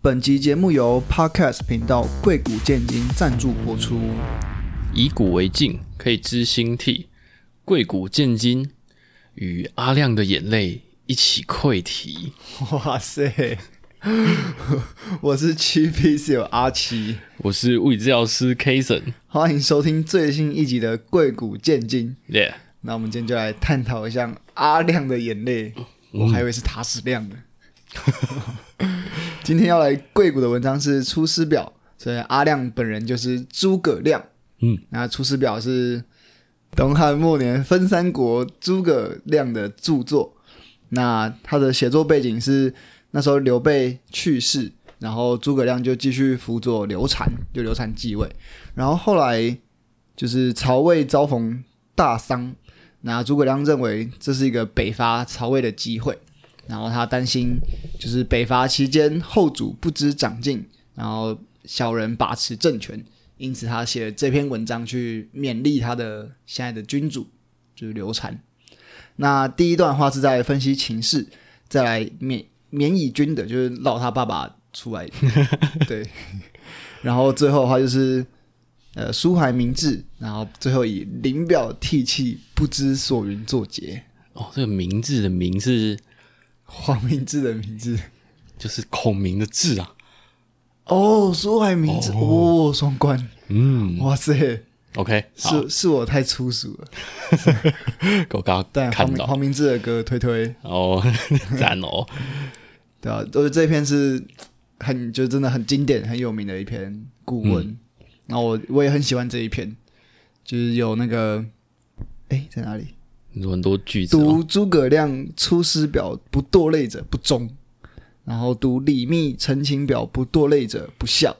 本集节目由 Podcast 频道“贵谷建金”赞助播出。以古为镜，可以知兴替；贵古见今，与阿亮的眼泪一起溃堤。哇塞，我是七 P 室友阿七，我是物理治疗师 Kason，欢迎收听最新一集的《贵谷建金》。耶、那我们今天就来探讨一下阿亮的眼泪，我还以为是塔矢亮的。 今天要来贵谷的文章是《出师表》，所以阿亮本人就是诸葛亮。嗯，那《出师表》是东汉末年分三国诸葛亮的著作。那他的写作背景是那时候刘备去世，然后诸葛亮就继续辅佐刘禅，就刘禅继位。然后后来就是曹魏遭逢大丧，那诸葛亮认为这是一个北伐曹魏的机会，然后他担心就是北伐期间后主不知长进，然后小人把持政权，因此他写了这篇文章去勉励他的现在的君主，就是刘禅。那第一段话是在分析情势，再来免免以君的，就是绕他爸爸出来，对。然后最后的话就是，呃，书怀明志，然后最后以临表涕泣，不知所云作结。哦，这个名字的名是黄明志的名字就是孔明的字啊。哦，书怀明志哦，双关，嗯哇塞， ，OK，好，是是我太粗俗了。我刚刚但黄看明到黄明志的歌推推，哦， 赞哦，对啊，就是这篇是很就真的很经典、很有名的一篇古文。嗯然后我我也很喜欢这一篇，就是有那个哎在哪里？有很多句子、哦。读诸葛亮《出师表》不堕泪者不忠，然后读李密《陈情表》不堕泪者不孝，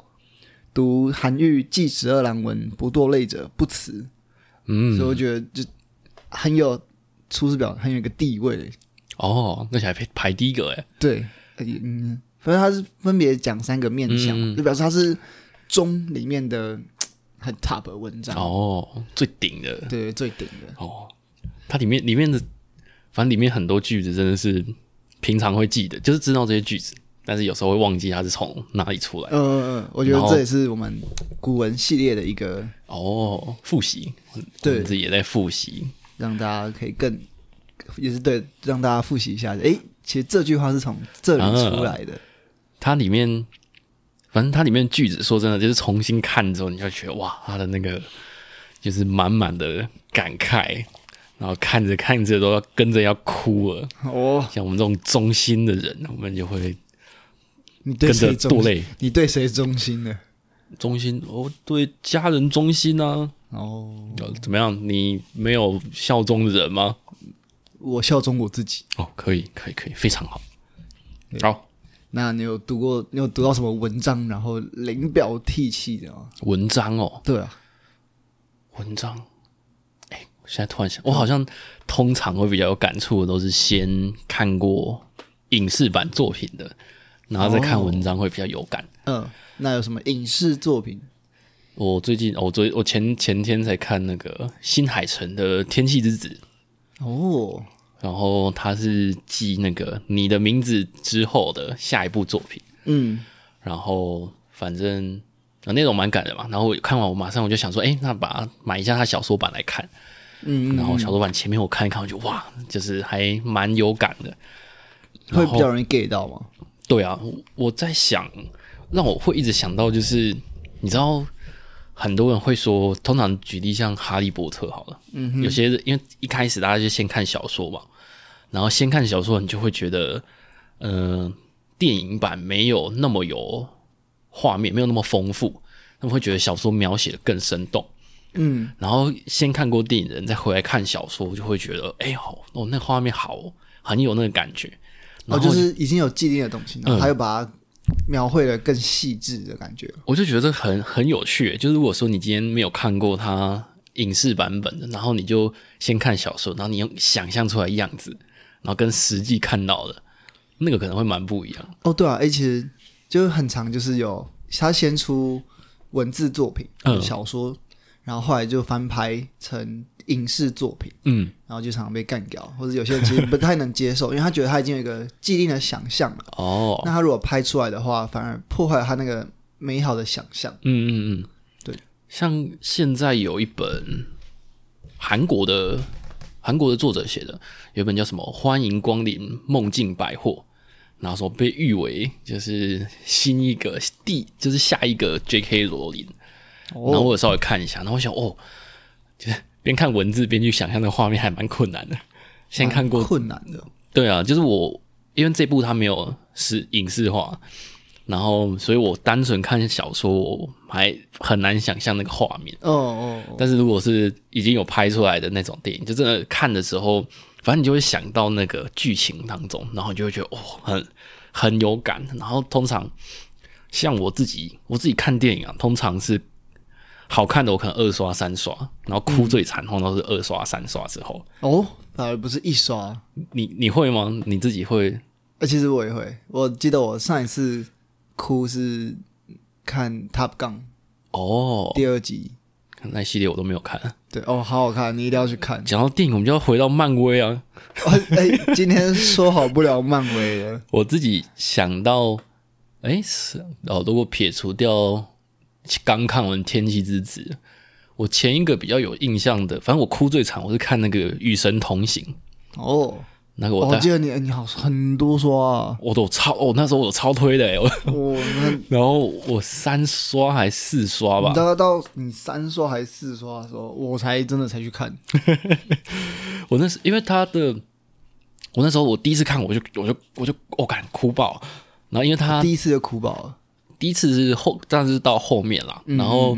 读韩愈《祭十二郎文》不堕泪者不辞。所以嗯，我觉得就很有《出师表》很有一个地位的哦，那还排排第一个哎。对，呃也嗯，反正他是分别讲三个面相，嗯就表示他是中里面的很 top 的文章，哦，最顶的对，最顶的。哦，它里面里面的，反正里面很多句子真的是平常会记得，就是知道这些句子，但是有时候会忘记它是从哪里出来。嗯嗯嗯，我觉得然后这也是我们古文系列的一个哦，复习，对我们自己也在复习。让大家可以更，也是对让大家复习一下。诶，其实这句话是从这里出来的，它里面，反正它里面句子，说真的，就是重新看之后，你就觉得哇，它的那个就是满满的感慨，然后看着看着都要跟着要哭了。哦，像我们这种忠心的人，我们就会你对跟着谁忠堕心？泪。你对谁忠心呢？忠心，我对家人忠心啊。哦，呃怎么样？你没有效忠的人吗？我效忠我自己。哦，可以，可以，可以，非常好。好，那你有读过？你有读到什么文章？然后临表涕泣的吗？文章哦，对啊，文章。哎，我现在突然想，我好像通常会比较有感触的都是先看过影视版作品的，然后再看文章会比较有感。嗯，那有什么影视作品？我最近，哦我昨我前前天才看那个新海诚的《天气之子》，哦，然后他是继那个《你的名字》之后的下一部作品。嗯，然后反正、啊、那种蛮感人嘛。然后我看完，我马上我就想说，哎，那把它买一下他小说版来看。嗯，然后小说版前面我看一看，我就哇，就是还蛮有感的。会比较容易 get 到吗？对啊，我我在想，让我会一直想到就是，你知道，很多人会说，通常举例像《哈利波特》好了，嗯，有些人因为一开始大家就先看小说嘛，然后先看小说，你就会觉得，呃，电影版没有那么有画面，没有那么丰富，他们会觉得小说描写的更生动。嗯，然后先看过电影的人，再回来看小说，就会觉得，哎、好，哦，那画面好哦，很有那个感觉。哦，然后嗯就是已经有既定的东西，然后他又把它描绘的更细致的感觉。我就觉得这很很有趣耶。就是如果说你今天没有看过它影视版本的，然后你就先看小说，然后你用想象出来样子，然后跟实际看到的那个可能会蛮不一样。哦，对啊，哎、其实就是很长，就是有他先出文字作品、嗯小说，然后后来就翻拍成影视作品，嗯，然后就常常被干掉，或者有些人其实不太能接受，因为他觉得他已经有一个既定的想象了。哦，那他如果拍出来的话，反而破坏了他那个美好的想象。嗯嗯嗯，对。像现在有一本韩国的韩国的作者写的，有一本叫什么《欢迎光临梦境百货》，然后说被誉为就是新一个第就是下一个 J.K. 罗琳。然后哦，我有稍微看一下，然后我想哦，就是边看文字边去想象那画面还蛮困难的。先看过蛮困难的，对啊，就是我因为这部它没有是影视化，然后所以我单纯看小说，我还很难想象那个画面。哦哦哦，但是如果是已经有拍出来的那种电影，就真的看的时候，反正你就会想到那个剧情当中，然后你就会觉得哦，很很有感。然后通常像我自己，我自己看电影啊，通常是好看的我可能二刷三刷，然后哭最惨痛都是二刷三刷之后。哦，反而不是一刷。你你会吗？你自己会？呃，其实我也会，我记得我上一次哭是看《Top Gun》哦，第二集，那一系列我都没有看。对，哦，好好看，你一定要去看。讲到电影，我们就要回到漫威啊。哦，哎、今天说好不聊漫威了，我自己想到，哎、是哦，如果撇除掉刚看完《天气之子》，我前一个比较有印象的，反正我哭最惨，我是看那个《与神同行》，哦，那个哦我我在、记得你你好很多刷 啊，我都超哦，那时候我超推的、欸，我 我那然后我三刷还四刷吧你，大概到你三刷还是四刷的时候，我才真的才去看。我那时因为他的，我那时候我第一次看我就我就我就我敢、哭爆，然后因为他第一次就哭爆了。第一次是后，但是到后面啦，然后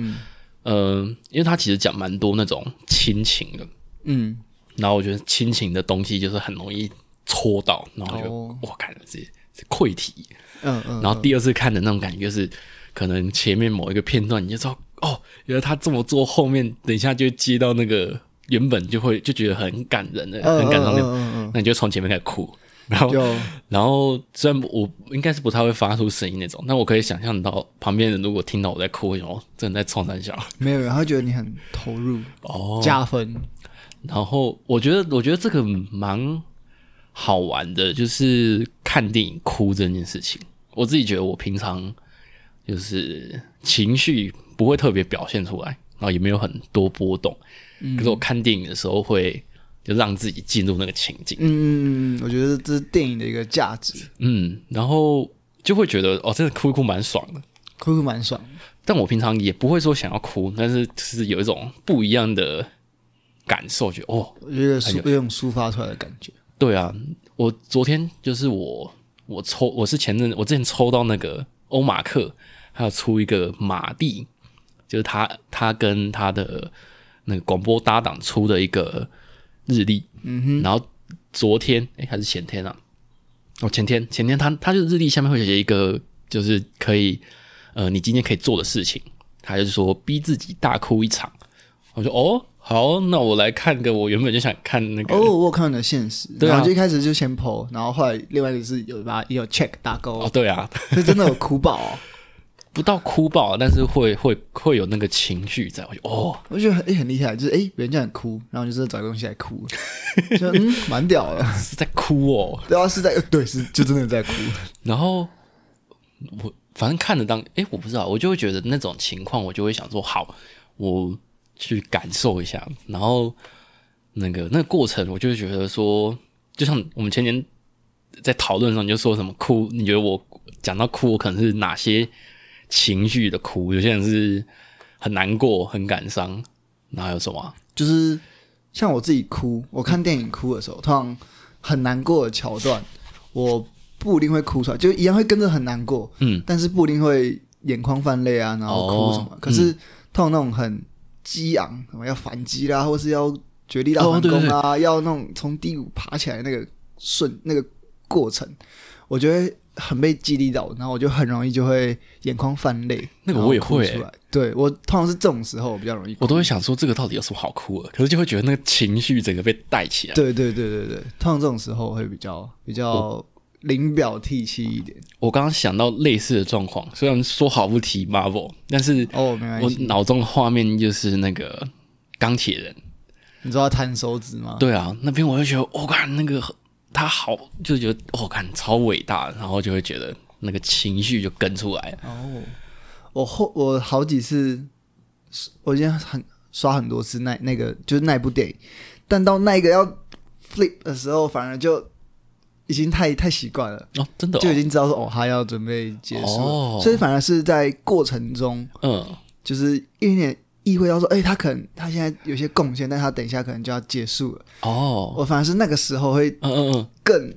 呃，因为他其实讲蛮多那种亲情的，嗯，然后我觉得亲情的东西就是很容易戳到，然后我就哦我看了这这溃体，嗯嗯，然后第二次看的那种感觉就是，可能前面某一个片段你就知道，哦，原来他这么做，后面等一下就会接到那个原本就会就觉得很感人的、嗯很感动的，嗯嗯嗯那你就从前面开始哭，然后就然后虽然我应该是不太会发出声音那种，但我可以想象到旁边人如果听到我在哭，然后真的在冲三笑。没有没有，他觉得你很投入，哦，加分。然后我觉得我觉得这个蛮好玩的，就是看电影哭这件事情。我自己觉得我平常就是情绪不会特别表现出来，然后也没有很多波动，可是我看电影的时候会就让自己进入那个情境。嗯，嗯嗯嗯我觉得这是电影的一个价值，嗯，然后就会觉得哦，真的哭一哭蛮爽的。哭哭蛮爽。但我平常也不会说想要哭，但是就是有一种不一样的感受，觉得哦，我觉得抒有一种抒发出来的感觉。对啊，我昨天就是我我抽我是前阵我之前抽到那个欧马克，还有出一个马蒂，就是他他跟他的那个广播搭档出的一个日历，嗯哼，然后昨天哎、诶还是前天啊，哦前天前天他他就是日历下面会写一个就是可以呃你今天可以做的事情，他就是说逼自己大哭一场，我说哦好，那我来看个我原本就想看那个哦，我有看到你的现实，哎对啊然后就一开始就先 PO，然后后来另外一个是有把也有 check 打勾哦，对啊， 所以真的有哭爆、哦。不到哭爆，但是会会会有那个情绪在，我就哦，我就觉得很、诶很厉害，就是哎，诶别人叫你哭，然后你就真的找个东西来哭，就嗯，蛮屌的。是在哭哦。对啊，是在对，是就真的在哭。然后我反正看着当，诶，我不知道，我就会觉得那种情况，我就会想说，好，我去感受一下。然后那个那个过程，我就会觉得说，就像我们前年在讨论的时候，你就说什么哭，你觉得我讲到哭，我可能是哪些情绪的哭？有些人是很难过、很感伤，然后有什么啊、就是像我自己哭，我看电影哭的时候，通常很难过的桥段，我不一定会哭出来，就一样会跟着很难过，嗯，但是不一定会眼眶泛泪啊，然后哭什么。哦可是通常那种很激昂，什么要反击啦，或是要绝地大哦反对攻对啊，要那种从低谷爬起来那个顺那个过程，我觉得。很被激励到，然后我就很容易就会眼眶泛泪，那个我也然后哭会出欸来。对我通常是这种时候我比较容易哭我都会想说这个到底有什么好哭的，可是就会觉得那个情绪整个被带起来。对对对对对，通常这种时候会比较比较临表涕泣一点。我刚刚想到类似的状况，虽然说好不提 Marvel，但是哦，没关我系。脑中的画面就是那个钢铁人，你知道他弹手指吗？对啊，那边我就觉得，我、看那个他好，就觉得我看、干超伟大，然后就会觉得那个情绪就跟出来了。哦，我后我好几次，我已经很刷很多次那那个就是那部电影，但到那个要 flip 的时候，反而就已经太太习惯了，哦，真的、就已哦，经知道说哦，他要准备结束了，哦所以反而是在过程中，嗯，就是一点点意会到说，哎、他可能他现在有些贡献，但他等一下可能就要结束了。哦，我反而是那个时候会嗯嗯嗯，更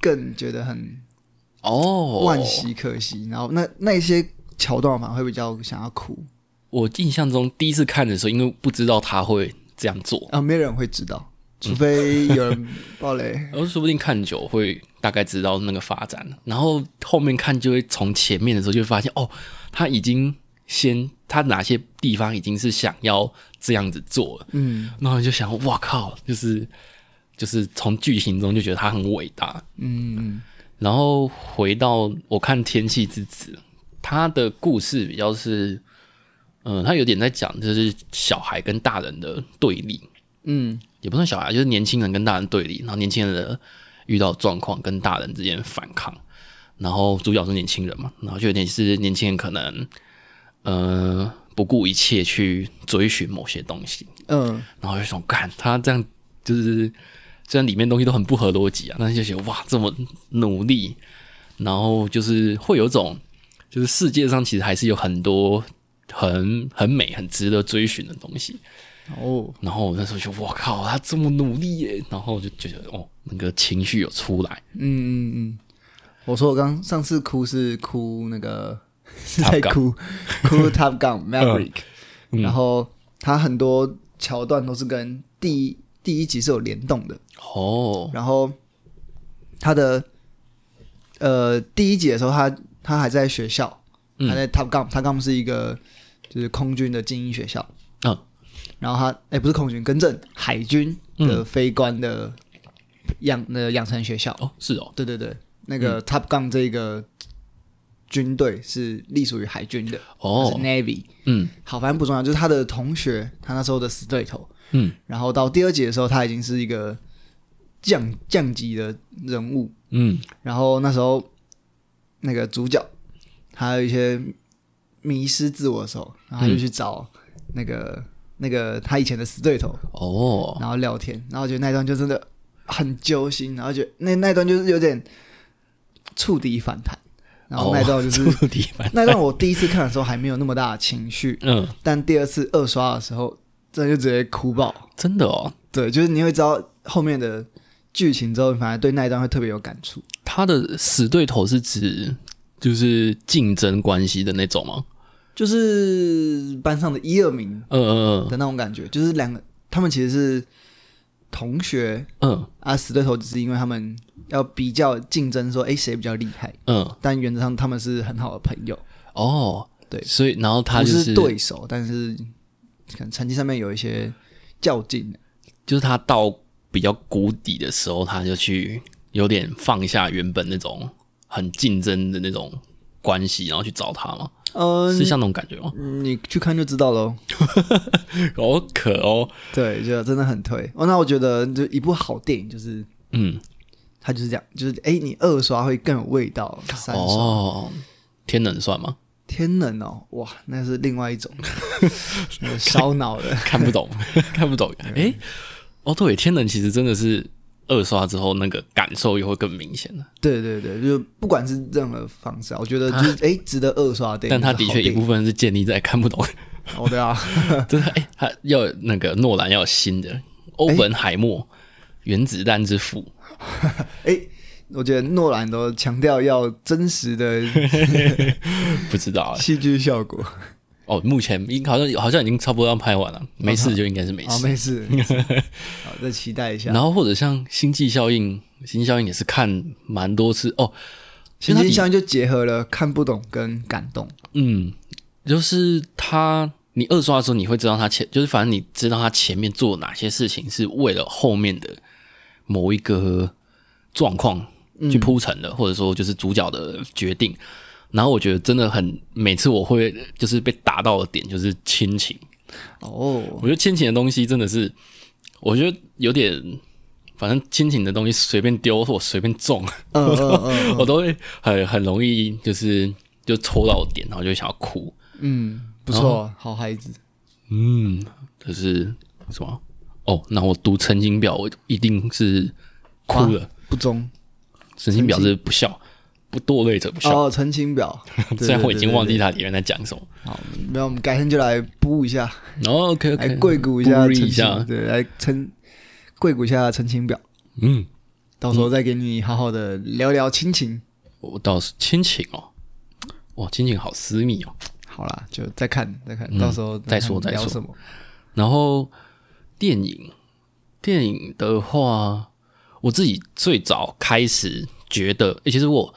更觉得很哦，惋惜、可惜，然后那那些桥段反而会比较想要哭我印象中第一次看的时候，因为不知道他会这样做，啊，没人会知道，嗯除非有人爆 雷。然后说不定看久会大概知道那个发展，然后后面看就会从前面的时候就会发现，哦，他已经先他哪些地方已经是想要这样子做了，嗯然后你就想，哇靠，就是就是从剧情中就觉得他很伟大，嗯然后回到我看《天气之子》，他的故事比较是，嗯、他有点在讲就是小孩跟大人的对立，嗯也不算小孩，就是年轻人跟大人对立，然后年轻人的遇到状况跟大人之间反抗，然后主角是年轻人嘛，然后就有点是年轻人可能，呃，不顾一切去追寻某些东西，嗯，然后就想，干他这样就是，虽然里面东西都很不合逻辑啊，但是就觉得哇，这么努力，然后就是会有种，就是世界上其实还是有很多很很美、很值得追寻的东西。哦，然后我那时候就我靠，他这么努力耶，然后我就觉得哦，那个情绪有出来，嗯嗯嗯，我说我刚上次哭是哭那个是在 Top Gun 嗯哭哭 Top Gun Maverick，、然后它很多桥段都是跟第一第一集是有联动的，哦，然后他的呃第一集的时候他，他还在学校，嗯他在 Top Gun，Top Gun 是一个就是空军的精英学校，嗯，然后他哎、不是空军，更正海军嗯的飞官的养呃养成学校，哦，是哦，对对对，那个 Top Gun 这个军队是隶属于海军的，它是哦， Navy，嗯好，反正不重要，就是他的同学，他那时候的死对头，嗯，然后到第二集的时候，他已经是一个降降级的人物，嗯，然后那时候那个主角还有一些迷失自我的时候，然后他就去找那个、那个他以前的死对头，哦， 然后聊天，然后我觉得那一段就真的很揪心，然后觉得那那一段就是有点触底反弹，然后那一段就是、哦触底板，那一段我第一次看的时候还没有那么大的情绪，嗯，但第二次二刷的时候，真的就直接哭爆。真的哦，对，就是你会知道后面的剧情之后，反而对那一段会特别有感触。他的死对头是指就是竞争关系的那种吗？就是班上的一二名嗯嗯的那种感觉，就是两个他们其实是同学嗯啊，死对头只是因为他们要比较竞争说，诶谁比较厉害，嗯嗯，但原则上他们是很好的朋友，哦，对所以然后他不就是对手，但是可能成绩上面有一些较劲。就是他到比较谷底的时候，他就去有点放下原本那种很竞争的那种关系，然后去找他嘛，嗯，是像那种感觉吗？你去看就知道喽。好可哦，对，就真的很推。哦，那我觉得就一部好电影，就是嗯，它就是这样，就是哎、诶你二刷会更有味道。三刷、哦，天能算吗？天冷哦，哇，那是另外一种那个烧脑的。 看不懂， 嗯看不懂。诶，哦对，天能其实真的是二刷之后那个感受又会更明显了，对对对，就是不管是任何方式啊，我觉得就是哎、诶值得二刷的电但影。他的确一部部分是建立在看不 懂，哦，对啊，真的诶，他要有那个诺兰要有新的欧本海默。原子弹之父，哎、我觉得诺兰都强调要真实的不知道、欸、戏剧效 果。哦，目前应好像好像已经差不多要拍完了，没事就应该是哦没啊好，事。没事，没 事好，再期待一下。然后或者像《星际效应》，《星际效应》也是看蛮多次哦，心因为它心比相印就结合了看不懂跟感动。嗯，就是他你二刷的时候，你会知道他前就是反正你知道他前面做哪些事情是为了后面的某一个状况去铺陈的，或者说就是主角的决定。然后我觉得真的很，每次我会就是被打到的点就是亲情，哦， 我觉得亲情的东西真的是，我觉得有点，反正亲情的东西随便丢或随便中， 嗯嗯嗯我都会很很容易就是就戳到点，然后就会想要哭。嗯，不错，好孩子。嗯，就是什么？哦，那我读成绩表，我一定是哭了。不忠神经表是不孝，不堕泪者不孝。，哦，澄清表 虽然我已经忘对。对对记它里面在讲什么。对好，没有，我们改天就来补一下，哦，OK 来 OK，跪鼓一下，澄一下清，。对，来澄跪鼓一下澄清表，嗯，到时候再给你好好的聊聊亲情。我倒是亲情哦，哇，亲情好私密哦。好啦，就再看再看，嗯到时候再说看再聊说什么。然后电影，电影的话，我自己最早开始觉得，诶其实我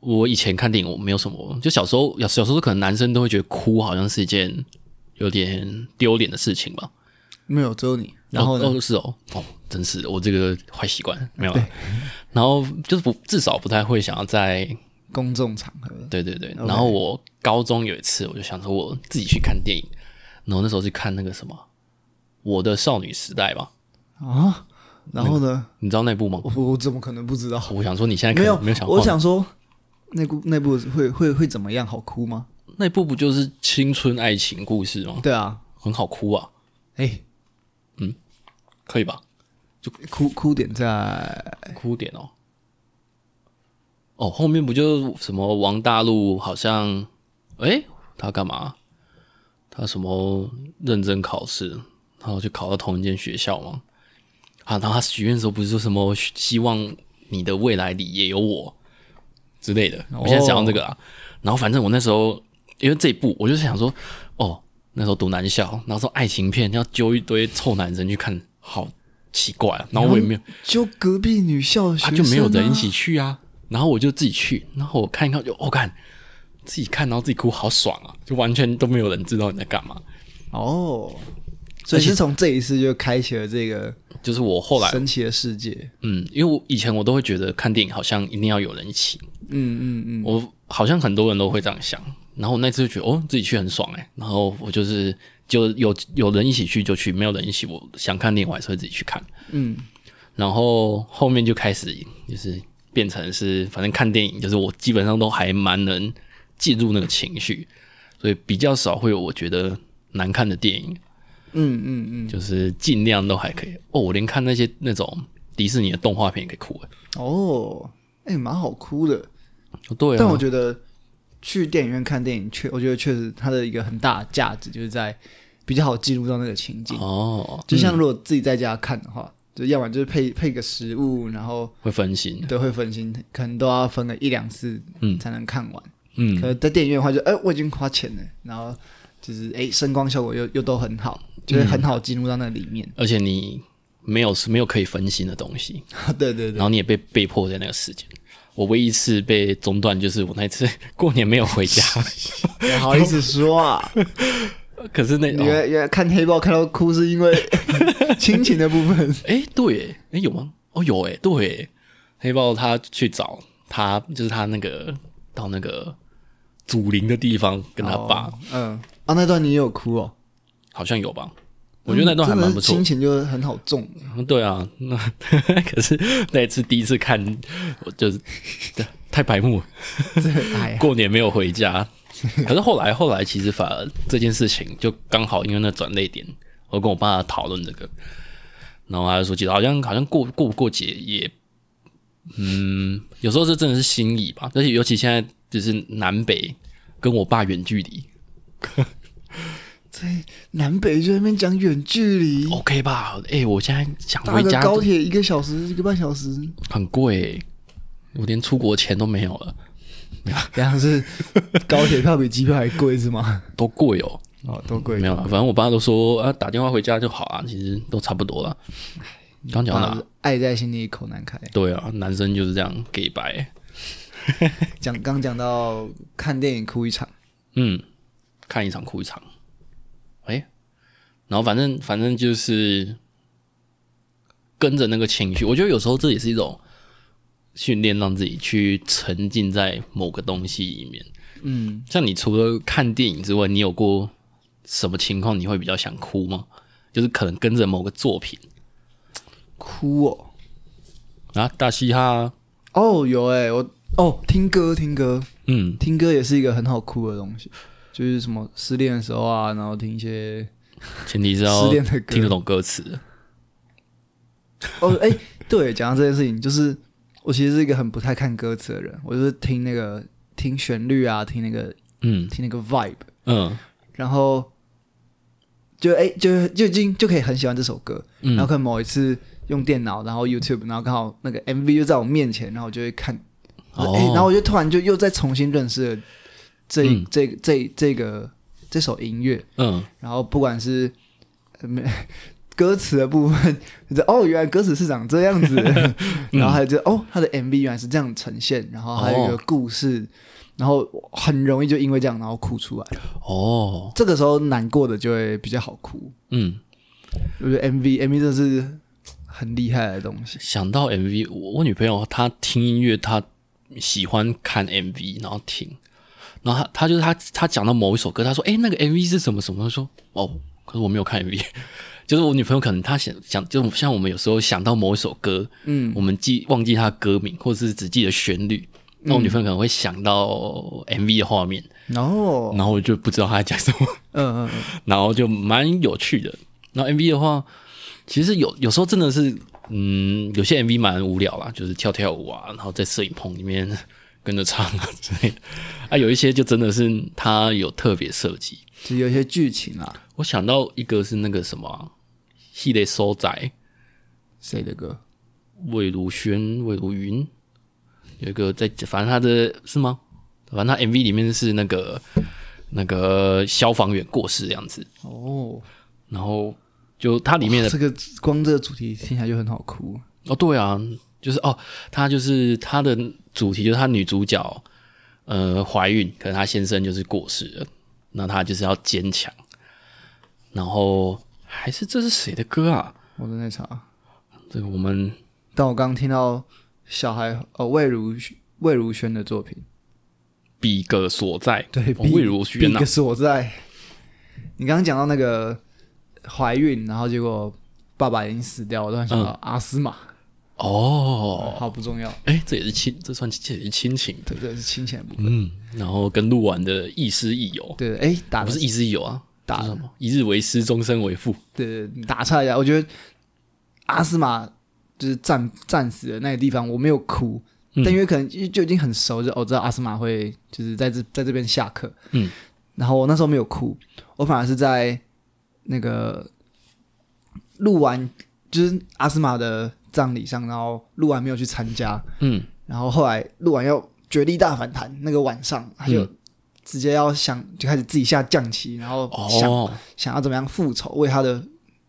我以前看电影我没有什么，就小时候小小时候可能男生都会觉得哭好像是一件有点丢脸的事情吧。没有，只有你。然后哦呢？哦是哦哦，真是的，我这个坏习惯没有了。然后就是不至少不太会想要在公众场合，对对对。 OK 然后我高中有一次，我就想说我自己去看电影，然后那时候去看那个什么《我的少女时代》吧，啊，然后呢？你知道那部吗？我我怎么可能不知道？我想说你现在可哦没有，能哎没有想到，我想说，那部那部会会会怎么样？好哭吗？那部不就是青春爱情故事吗？对啊，很好哭啊，哎，可以吧？哭哭点在哭点哦。哦，后面不就什么王大陆好像，诶，他干嘛？他什么认真考试，然后就考到同一间学校吗？啊，然后他许愿的时候不是说什么希望你的未来里也有我之类的？我现在想到这个啊，然后反正我那时候因为这一部，我就是想说，哦，那时候读男校，然后说爱情片要揪一堆臭男生去看，好奇怪、啊。然后我也没有，就隔壁女校的学他生啊就没有人一起去啊。然后我就自己去，然后我看一看就，我、哦、看自己看，然后自己哭，好爽啊！就完全都没有人知道你在干嘛。哦。所以是从这一次就开启了这个就是我后来，神奇的世界。嗯，因为我以前我都会觉得看电影好像一定要有人一起，嗯嗯嗯，我好像很多人都会这样想。然后我那次就觉得，哦，自己去很爽哎、然后我就是就有有人一起去就去，没有人一起，我想看电影我还是会自己去看。嗯，然后后面就开始就是变成是，反正看电影就是我基本上都还蛮能进入那个情绪，所以比较少会有我觉得难看的电影，嗯嗯嗯，就是尽量都还可以。哦，我连看那些那种迪士尼的动画片也可以哭了。欸哦，哎、蛮好哭的。对但啊我，觉得去电影院看电影，确我觉得确实它的一个很大的价值就是在比较好进入到那个情境。哦，就像嗯如果自己在家看的话，就要不然就是配配个食物，然后会分心，都会分心，可能都要分个一两次嗯才能看完。嗯，可能在电影院的话就，哎我已经花钱了，然后就是哎、声光效果又又都很好，就是嗯很好进入到那里面。 而且你没有没有可以分心的东西，对对对然，后你也被被迫在那个时间。我唯一一次被中断就是我那次 过年没有回 家，不好意思说 啊，可是那你哦原来原来看黑豹看到哭是 因为亲情的部分。哎、对耶，哎、有吗？哦，有哎，对耶，黑豹他去找他，就是他那个到那个祖灵的地方跟他爸，哦，嗯，啊，那段你也有哭哦，嗯好像有吧？我觉得那段还蛮真的不是错亲。情就是很好中， 对啊，那可是那一次第一次看，我就是 太白目了，这哎呀， 过年没有回家。 可是后来后来，其实反而这件事情就刚好因为那转泪点，我跟我爸讨论这个，然后他就说，其实好像好像过过不过节也，嗯，有时候这真的是心意吧。而且尤其现在就是南北跟我爸远距离南北就在那边讲远距离， ，OK 吧？哎、我现在想搭回个家高铁一个小时、一个半小时，很贵、我连出国钱都没有了， 然后是高铁票比机票还贵是吗？多贵哦、 哦，多贵没有啦，反正我爸都说啊，打电话回家就好啊，其实都差不多了。刚讲到哪啊！爱在心里口难开。对啊，男生就是这样给白。讲刚讲到看电影哭一场，嗯，看一场哭一场。哎、然后反正反正就是跟着那个情绪，我觉得有时候这也是一种训练，让自己去沉浸在某个东西里面。嗯，像你除了看电影之外，你有过什么情况你会比较想哭吗？就是可能跟着某个作品，哭哦。啊，大嘻哈啊，哦，有哎、我哦听歌听歌嗯，听歌也是一个很好哭的东西，就是什么失恋的时候啊，然后听一些前提是要失恋的歌听得懂歌词。哦哎、对，讲到这件事情，就是我其实是一个很不太看歌词的人，我就是听那个听旋律啊，听那个嗯听那个 vibe，嗯然后就哎、就就已经就可以很喜欢这首歌，然后嗯，可能某一次用电脑，然后 YouTube，然后刚好那个 MV 就在我面前，然后我就会看，哎、哦然后我就突然就又再重新认识了这、嗯这这这个这首音乐，嗯，然后不管是呃 没歌词的部分，就哦，原来歌词是长这样 子，嗯然后还有就哦，他的 MV 原来是这样呈现，然后还有一个嗯哦故事，然后很容易就因为这样然后哭出来，哦，这个时候难过的就会比较好哭，嗯，我觉得 MV MV 真的是很厉害的东西，想到 MV，我我女朋友她听音乐，她喜欢看 MV，然后听，然后她她就是她她讲到某一首歌，她说：“哎、那个 MV 是什么什么？”她说：“哦，可是我没有看 MV。”就是 我女朋友可能她想想，就像我们有时候想到某一首歌，嗯我们记忘记它的歌名，或者是只记得旋律，那我女朋友可能会想到 MV 的画面，然后然后我就不知道她在讲什么。嗯嗯然后就蛮有趣的。然后 MV 的话，其实有有时候真的是，嗯，有些 MV 蛮无聊啦，就是跳跳舞啊，然后在摄影棚里面 跟着唱啊之类的。啊，有一些就真的是它有特别设计。就有一些剧情啊啦，我想到一个是那个什么啊，系列收仔谁的歌？魏如萱、魏如云，有一个在，反正他的是吗？反正他 MV 里面是那个那个消防员过世的样子，哦，然后就它里面的这个光这个主题听起来就很好哭，哦，对啊，就是哦，她就是她的主题就是她女主角，呃，怀孕，可能她先生就是过世了，那她就是要坚强，然后还是这是谁的歌啊？我正在查。这个我们但我刚听到小孩哦魏如魏如萱的作品，比个所在，对，哦比魏如萱比啊个，所在。你刚刚讲到那个怀孕，然后结果爸爸已经死掉，我突然想到阿斯玛，嗯哦，好不重要，哎，这也是亲，这算这也是亲情，对，这是亲情的部分。嗯，然后跟鹿丸的亦师亦友，对，哎，打不是亦师亦友啊，打是什么？一日为师，终身为父，对对打岔一下，我觉得阿斯玛就是战战死的那个地方，我没有哭，嗯但因为可能就就已经很熟，就我、哦、知道阿斯玛会就是在这在这边下课，嗯，然后我那时候没有哭，我反而是在那个录完就是阿斯玛的葬礼上，然后录完没有去参加，嗯，然后后来录完要绝地大反弹那个晚上，他就。嗯直接要想就开始自己下降棋，然后想哦想要怎么样复仇，为他的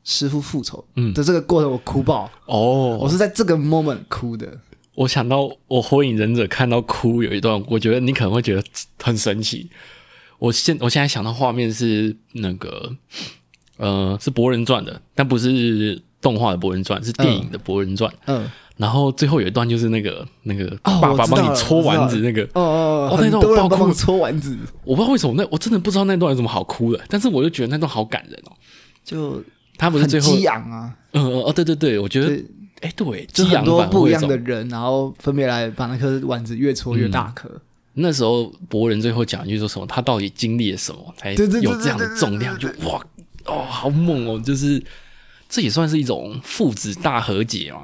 师傅复仇嗯的这个过程，我哭爆，哦，我是在这个 moment 哭的。我想到我《火影忍者》看到哭有一段，我觉得你可能会觉得很神奇。我现我现在想到画面是那个，呃，是《博人传》的，但不是动画的《博人传》，是电影的《博人传》嗯，然后最后有一段就是那个那个哦爸我爸知道帮你了搓我知道丸子了那个，哦哦哦哦，那很段多我爆人帮哭忙搓丸子，我不知道为什么那我真的不知道那段有什么好哭的，但是我就觉得那段好感人哦。就他不是很最后，激昂啊，嗯嗯哦对对对，我觉得对哎对，就激很昂多版不会一有样种的人，然后分别来把那颗丸子越搓越大颗。那时候博人最后讲一句说什么？他到底经历了什么才对对对有这样的重量？就哇哦，好猛哦！就是这也算是一种父子大和解嘛。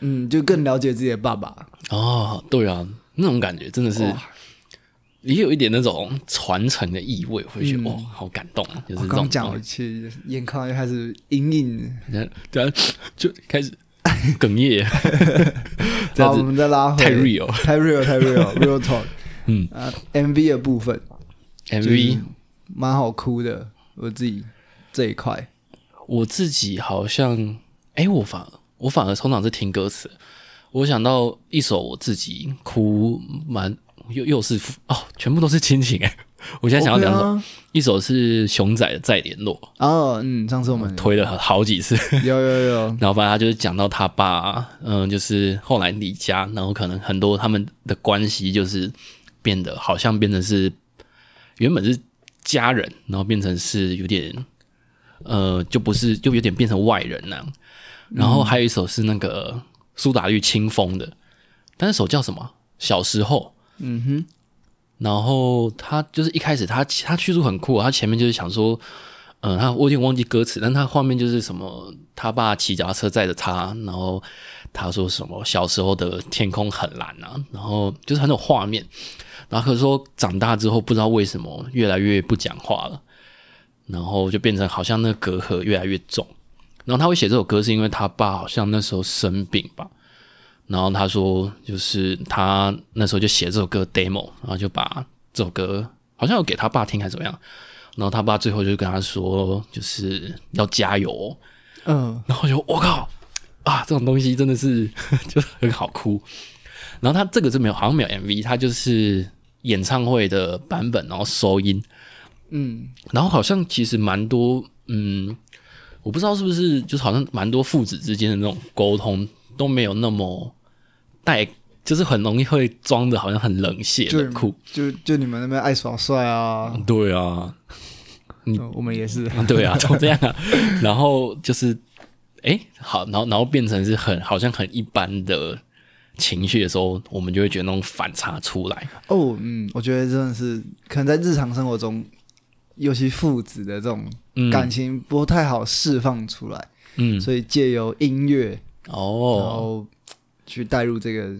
嗯，就更了解自己的爸爸。哦，对啊，那种感觉真的是哇也有一点那种传承的意味，我就觉得嗯哇、好感动哦，就我是这刚种讲，我哦其实眼眶就开始隐隐。对啊，就开始 哽咽，这好，样我子们再拉回太 real。太 real，太 real，real talk。嗯啊，MV 的部分， MV 蛮好哭的，我自己这一块。我自己好像，哎、我反我反而通常是听歌词。我想到一首我自己哭蛮又又是哦，全部都是亲情哎、 我现在想要两首 OK 啊一首是熊仔的《再联络哦，嗯，上次我们》，推了好几次，有有有， 然后反正他就是讲到他爸，嗯，就是后来离家，然后可能很多他们的关系就是变得好像变成是原本是家人，然后变成是有点呃，就不是就有点变成外人那样。然后还有一首是那个苏打绿清风的，但那首叫什么？小时候。嗯哼，然后他就是一开始他他叙述很酷啊，他前面就是想说，嗯、他我有点忘记歌词，但他画面就是什么，他爸骑脚踏车载着他，然后他说什么小时候的天空很蓝啊，然后就是很有画面，然后可是说长大之后不知道为什么越来越不讲话了，然后就变成好像那个隔阂越来越重，然后他会写这首歌是因为他爸好像那时候生病吧，然后他说，就是他那时候就写这首歌 demo，然后就把这首歌好像有给他爸听还是怎么样，然后他爸最后就跟他说，就是要加油哦、嗯然后我就我靠啊，这种东西真的是 就是很好哭。然后他这个就没有，好像没有 MV，他就是演唱会的版本，然后收音，嗯，然后好像其实蛮多，嗯，我不知道是不是就是好像蛮多父子之间的那种沟通都没有那么带，就是很容易会装的好像很冷血就的酷。就就你们那边爱耍帅啊，对啊，嗯我们也是，对啊，都这样啊。然后就是，哎、好，然后然后变成是很好像很一般的情绪的时候，我们就会觉得那种反差出来。哦，嗯，我觉得真的是，可能在日常生活中，尤其父子的这种嗯感情不太好释放出来，嗯，所以借由音乐，然哦，后去带入这个，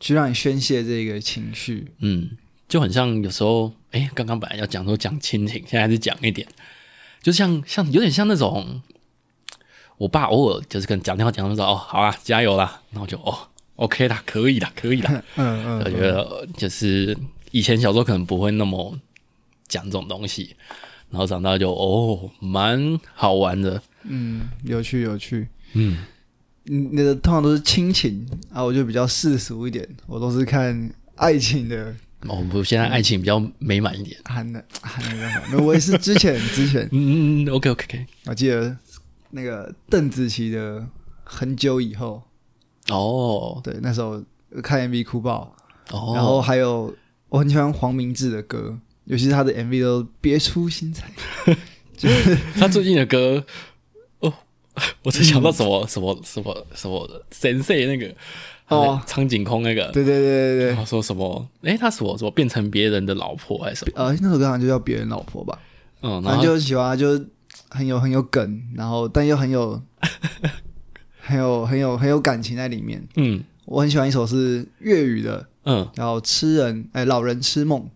去让你宣泄这个情绪。嗯，就很像有时候，哎、刚刚本来要讲说讲亲情，现在还是讲一点，就像像有点像那种，我爸偶尔就是跟讲电话讲到说，哦，好啊，加油啦，然后就哦，OK 啦，可以啦，可以啦，嗯我觉得就是以前小时候可能不会那么讲这种东西，然后长大就哦，蛮好玩的，嗯，有趣有趣。嗯，嗯，那个通常都是亲情啊，我就比较世俗一点，我都是看爱情的哦我们现在爱情比较美满一点，韩的韩的那种。那我也是之前之前，嗯嗯嗯，OK OK OK，我记得那个邓紫棋的很久以后，哦对，那时候看 MV 哭爆，哦，然后还有我很喜欢黄明志的歌，尤其是他的 MV 都别出心裁。他最近的歌，哦，我只想到什么、什么什么什么神 e 那个哦哦，苍井空那个，对对对对对，然后说什么？诶，他什么什么变成别人的老婆还是什么？呃，那首歌好像就叫《别人老婆》吧，嗯，然反正后就喜欢啊，就是很有很有梗，然后但又很有很有很有很有感情在里面。嗯我很喜欢一首是粤语的，嗯，然后《痴人》哎，《老人痴梦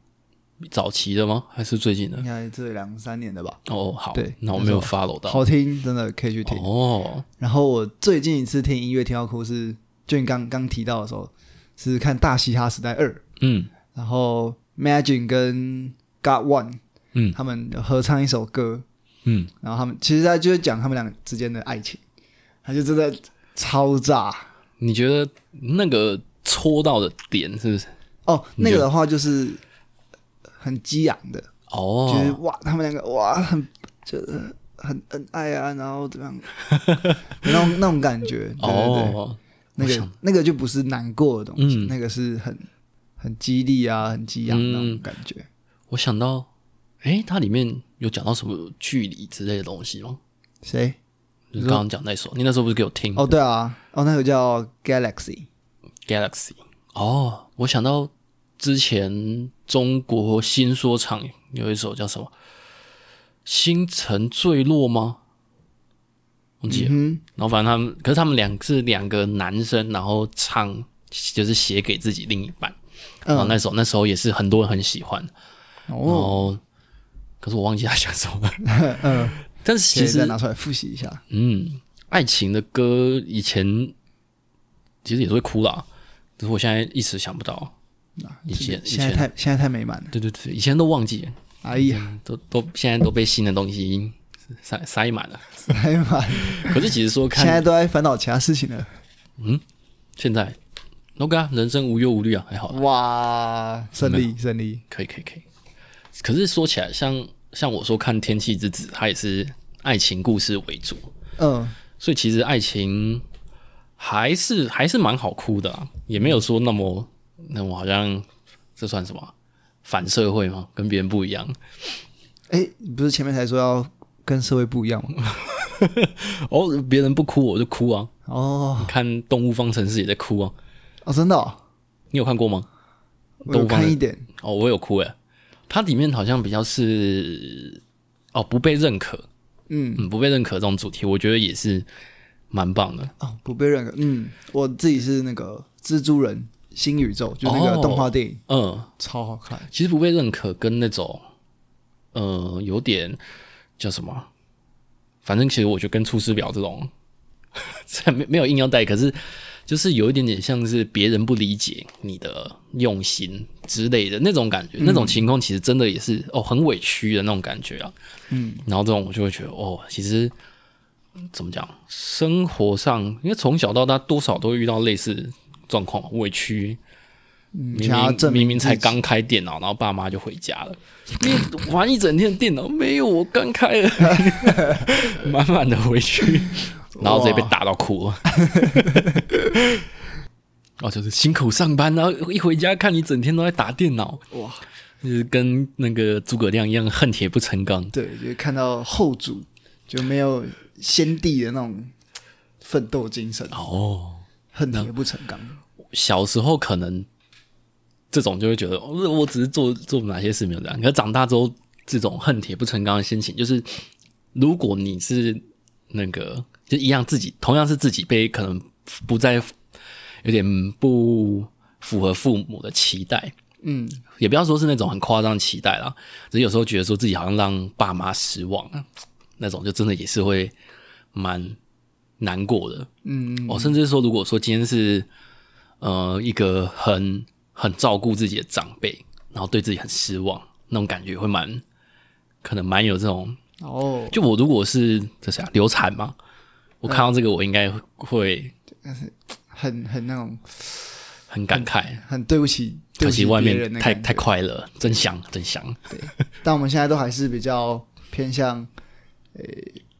早期的吗？还是最近》，的应？该这两三年的吧，哦，好，对那我没有 follow 到。好听，真的可以去听。哦，然后我最近一次听音乐听到哭是，就你刚刚提到的时候，是看《大嘻哈时代二》，嗯然后 Magic 跟 God One 嗯他们合唱一首歌，嗯，然后他们其实他就是讲他们两个之间的爱情，他就真的超炸你觉得那个戳到的点是不是？哦。那个的话就是很激昂的，就是哦，哇，他们两个哇很就是很恩爱啊，然后怎么 样，那种那种感觉，对对对。哦，那我个想那个就不是难过的东西，嗯那个是很很激励啊，很激昂那种嗯感觉。我想到，诶，它里面有讲到什么距离之类的东西吗？谁？就是刚刚讲那首，你那时候不是给我听哦，对啊，哦，那个叫 Galaxy。 Galaxy？哦，我想到之前中国新说唱有一首叫什么《星辰坠落》吗？忘记了。嗯然后反正他们，可是他们两是两个男生，然后唱就是写给自己另一半。然后哼，那首那时候也是很多人很喜欢，嗯，然哦，后可是我忘记他喜欢什么了。 嗯，但是其其实再实拿出来复习一下。嗯，爱情的歌以前其实也是会哭啦，只是我现在一时想不到。以前以啊现在前嗯太现在太美满了。对对对，以前都忘记了，哎呀，都都现在都被新的东西塞塞满了。美满，可是其实说现在看都在烦恼其他事情了。现在，OK 啊，人生无忧无虑啊，还好啦，哇，胜利胜利，可以可以可以。可是说起来，像像我说看《天气之子》，它也是爱情故事为主，嗯所以其实爱情还是还是蛮好哭的、啊，也没有说那么那我好像这算什么啊反社会吗？跟别人不一样。 哎，你不是前面才说要跟社会不一样吗？哦，别人不哭我就哭啊！哦你看《动物方程式》也在哭啊，哦，真的、哦，你有看过吗？我有东方看人一点，哦，我有哭诶，它里面好像比较是哦不被认可，嗯，嗯，不被认可这种主题，我觉得也是蛮棒的。哦，不被认可，嗯，我自己是那个蜘蛛人新宇宙，就那哦个动画电影，嗯，超好看，其实不被认可跟那种呃有点叫什么，啊反正其实我觉得跟《出师表》这种 虽然没没有硬要带，可是就是有一点点像是别人不理解你的用心之类的那种感嗯觉，那种情况其实真的也是哦很委屈的那种感觉啊。嗯，然后这种我就会觉得哦，其实怎么讲，生活上因为从小到大多少都会遇到类似状况，委屈，嗯，明想要证明明明自才己，刚开电脑，然后爸妈就回家了。你玩一整天的电脑没有？我刚开了， 满满的回去，然后直接被打到哭了。 哦，就是辛苦上班，然后一回家看你整天都在打电脑，哇，就是跟那个诸葛亮一样恨铁不成钢。对，就是看到后主就没有先帝的那种奋斗精神，哦，恨铁不成钢，小时候可能这种就会觉得，哦、我只是做做哪些事没有这样。可是长大之后，这种恨铁不成钢的心情，就是如果你是那个，就一样自己同样是自己被可能不再有点不符合父母的期待，嗯，也不要说是那种很夸张的期待啦，只是有时候觉得说自己好像让爸妈失望啊，那种就真的也是会蛮难过的。嗯，哦，甚至说，如果说今天是呃一个很很照顾自己的长辈，然后对自己很失望，那种感觉会蛮可能蛮有这种。哦，就我如果是这啥流产嘛，我看到这个我应该会很很那种很感慨，很对不起，对可不起惜外别人面的太感觉太快乐，真香真香。但我们现在都还是比较偏向，诶、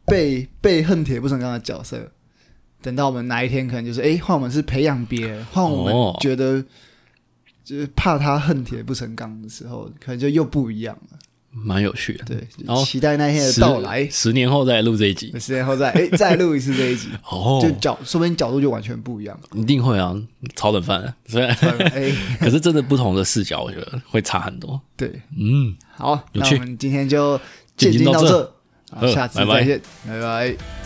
被被恨铁不成钢的角色。等到我们哪一天可能就是，诶、换我们是培养别人，换我哦们觉得、就是怕他恨铁不成钢的时候，可能就又不一样了。蛮有趣的。对，然后期待那一天的十到来。十年后再录这一集十年后再诶、再录一次这一集，哦，就角说不定角度就完全不一样 了。哎一定会啊，超冷饭。虽然诶、 可是真的不同的视角，我觉得会差很多。对，嗯。好，有那趣我们今天就进进行到到这这，好呵下次拜拜再见，拜拜